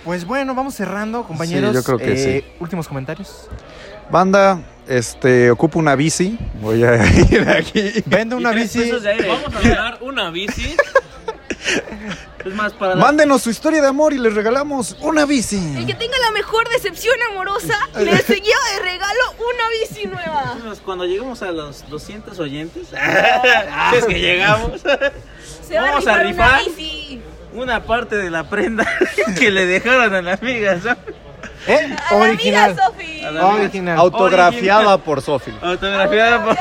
S3: Pues bueno, vamos cerrando, compañeros.
S1: Sí, yo creo que
S3: Eh, Últimos comentarios.
S1: *laughs* banda, este, ocupo una bici. Voy a
S2: *laughs*
S1: ir aquí.
S3: Vende una
S2: Y tres
S3: bici.
S2: pesos de aire.
S7: Vamos a ganar
S3: *laughs*
S7: una bici.
S2: Es más, para la-
S1: Mándenos su historia de amor y les regalamos una bici.
S4: El que tenga la mejor decepción amorosa, le lleva de regalo una bici nueva.
S2: Cuando lleguemos a los 200 oyentes,
S3: *laughs* Ah.
S2: si
S7: *laughs*
S2: es que llegamos,
S4: Se va
S2: Vamos a
S4: a rifar una
S2: rifar.
S4: bici.
S2: una parte de la prenda *laughs* que le dejaron a la amiga, ¿sabes?
S3: ¿Eh?
S4: A la
S3: Original.
S4: amiga Sofi.
S2: A la-
S3: Original.
S1: Autografiada por Sofi.
S2: Autografiada
S3: *laughs*
S2: por...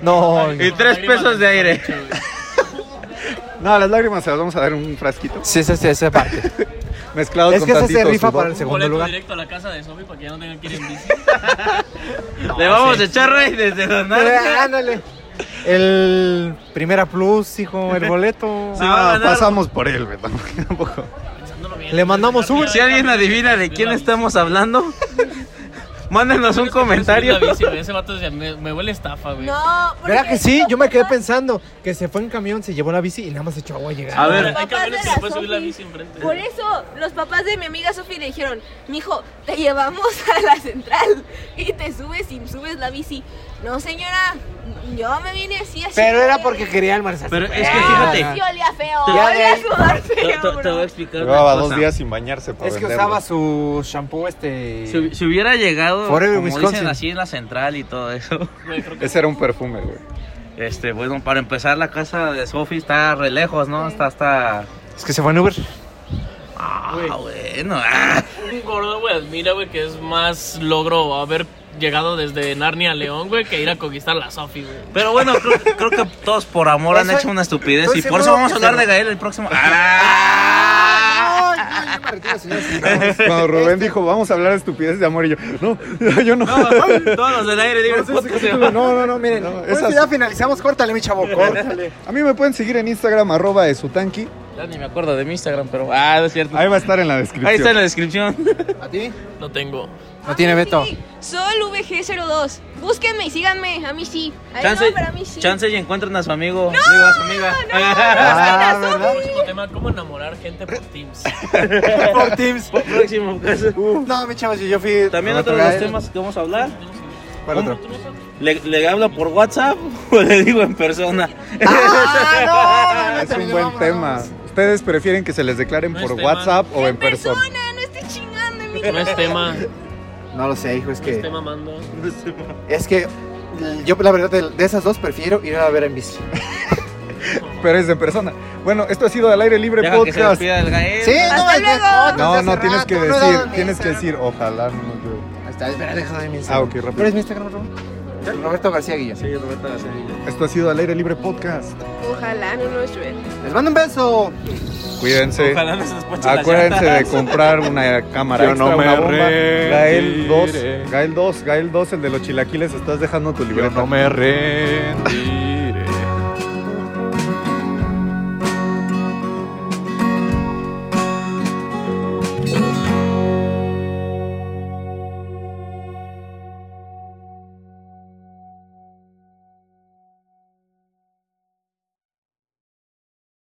S3: No.
S2: Y tres pesos de aire.
S1: No, las lágrimas se las vamos a dar en un frasquito.
S3: Sí, esa, esa, esa parte.
S1: Mezclado
S3: es
S1: con
S3: que esa se
S1: tantito
S3: rifa
S1: sudor.
S3: para el
S7: Un
S3: segundo
S7: boleto
S3: lugar.
S7: directo a la casa de Sofi para que ya no tengan que ir
S2: *laughs*
S7: en bici.
S2: le vamos a echar rey desde
S3: Eh,
S2: donar.
S3: Ándale. El Primera Plus, hijo, el boleto.
S2: Sí. va a
S1: Ah,
S2: ganar.
S1: pasamos por él, Beto. *laughs* Tampoco.
S3: Le mandamos Uber.
S2: Si alguien adivina de quién estamos hablando,
S3: *laughs*
S2: mándenos un comentario.
S7: La bici, güey. Ese vato decía, me, me huele estafa, güey.
S4: No, porque
S3: ¿Verdad que sí? Yo me quedé pensando que se fue en camión, se llevó la bici y nada más echó agua a llegar.
S2: A ver.
S7: Hay camiones
S4: Papás de
S7: que se
S4: la
S7: puede subir la
S4: Sofi.
S7: bici enfrente.
S4: Por eso los papás de mi amiga Sofi le dijeron, mijo, te llevamos a la central y te subes y subes la bici. No, señora, Yo me vine así, así.
S3: Pero era porque quería almorzar.
S2: Pero es que
S4: Ah,
S2: fíjate.
S4: Sí, olía feo.
S2: Te-
S4: Olía a
S3: te-
S4: sudor *laughs*
S2: Te, te-
S4: feo,
S2: te voy a
S4: bro.
S2: explicar. una
S1: Llevaba dos
S2: cosa.
S1: días sin bañarse para
S3: Es que
S1: venderlo.
S3: usaba su shampoo este.
S2: Si, si hubiera llegado,
S3: Forever
S2: como
S3: Wisconsin.
S2: dicen así, en la central y todo eso. *laughs*
S1: Ese era un perfume, güey.
S2: Este, bueno, para empezar, la casa de Sofi está re lejos, ¿no? Está hasta.
S3: Es que se fue en Uber.
S2: Ah, bueno. ah.
S7: Un gordo, güey, admira, güey, que es más logro haber llegado desde Narnia a León, güey, que ir a conquistar la Sofi, güey.
S2: Pero bueno, creo, creo que todos por amor han
S3: Eso-
S2: hecho una estupidez
S3: estoy
S2: y por
S3: seguro
S2: eso vamos a
S3: que
S2: hablar
S3: se-
S2: de Gael el próximo. Ah.
S3: Ay, no, yo me retiro, señores
S2: *laughs*
S3: y señores.
S1: Cuando Rubén dijo, vamos a hablar de estupidez de amor, y yo, no, yo no.
S2: No, todos los del aire libre. podcast se
S1: No,
S2: llama.
S1: no, no, miren.
S3: Por eso ya finalizamos, córtale, mi chavo, córtale.
S1: A mí me pueden seguir en Instagram, arroba esutanqui.
S2: Ya ni me acuerdo de mi Instagram, pero. Ah, no es cierto.
S1: Ahí va a estar en la descripción.
S2: Ahí está en la descripción.
S3: ¿A ti?
S7: No tengo.
S3: No tiene
S4: A mí
S3: veto.
S4: sí, Sol VG02. Búsquenme y síganme. A mí sí. A él
S2: Chance,
S4: no, pero a mí sí.
S2: chance y encuentran a su amigo. Digo, a su amiga. *laughs*
S3: Ah, ¿verdad?
S7: Próximo tema, ¿cómo enamorar gente por Teams?
S3: Por Teams.
S2: Próximo pues. caso.
S3: No, mi chavo, si yo fui.
S2: También
S3: con
S2: otro de
S3: Gael.
S2: los temas que vamos a hablar.
S3: ¿Cuál otro?
S2: ¿Le, le hablo por WhatsApp *laughs* o le digo en persona?
S3: Ah, no,
S1: Es un buen tema. ¿Ustedes prefieren que se les declaren
S7: No es
S1: por
S7: tema.
S1: WhatsApp o
S4: En
S1: en persona?
S4: persona, no estés chingando en mi
S7: No es tema,
S3: No Este lo sé, hijo, es
S7: te
S3: que.
S7: mamando.
S3: Es que. Yo, la verdad, de, de esas dos prefiero ir a ver en bici.
S1: Pero es en persona. Bueno, esto ha sido Al Aire Libre
S2: Deja que se
S1: Podcast.
S2: despida el Gael.
S3: Sí,
S4: Hasta
S3: no, es que-
S4: luego.
S3: desde
S1: No,
S3: hace
S1: no, tienes
S3: rato,
S1: que
S3: no
S1: decir,
S3: era mi
S1: tienes que
S3: Instagram.
S1: decir, ojalá no nos llueva.
S3: Ahí Está, espera, déjame de mi
S1: Ah,
S3: Instagram.
S1: ok,
S3: ¿Cuál es
S1: rápido.
S3: mi Instagram, Roberto? Roberto García Guillén.
S2: Sí, Roberta García.
S1: Esto ha sido Al Aire Libre Podcast.
S4: Ojalá no nos llueva.
S3: Les mando un beso.
S1: Cuídense.
S2: Ojalá no se nos ponche la
S1: Acuérdense
S2: llanta.
S1: de comprar una cámara
S10: Yo
S1: extra,
S10: no me
S1: una bomba.
S10: rendiré.
S1: Gael 2, Gael 2, Gael 2, el de los chilaquiles, estás dejando tu
S10: Yo
S1: libreta.
S10: no me rendí.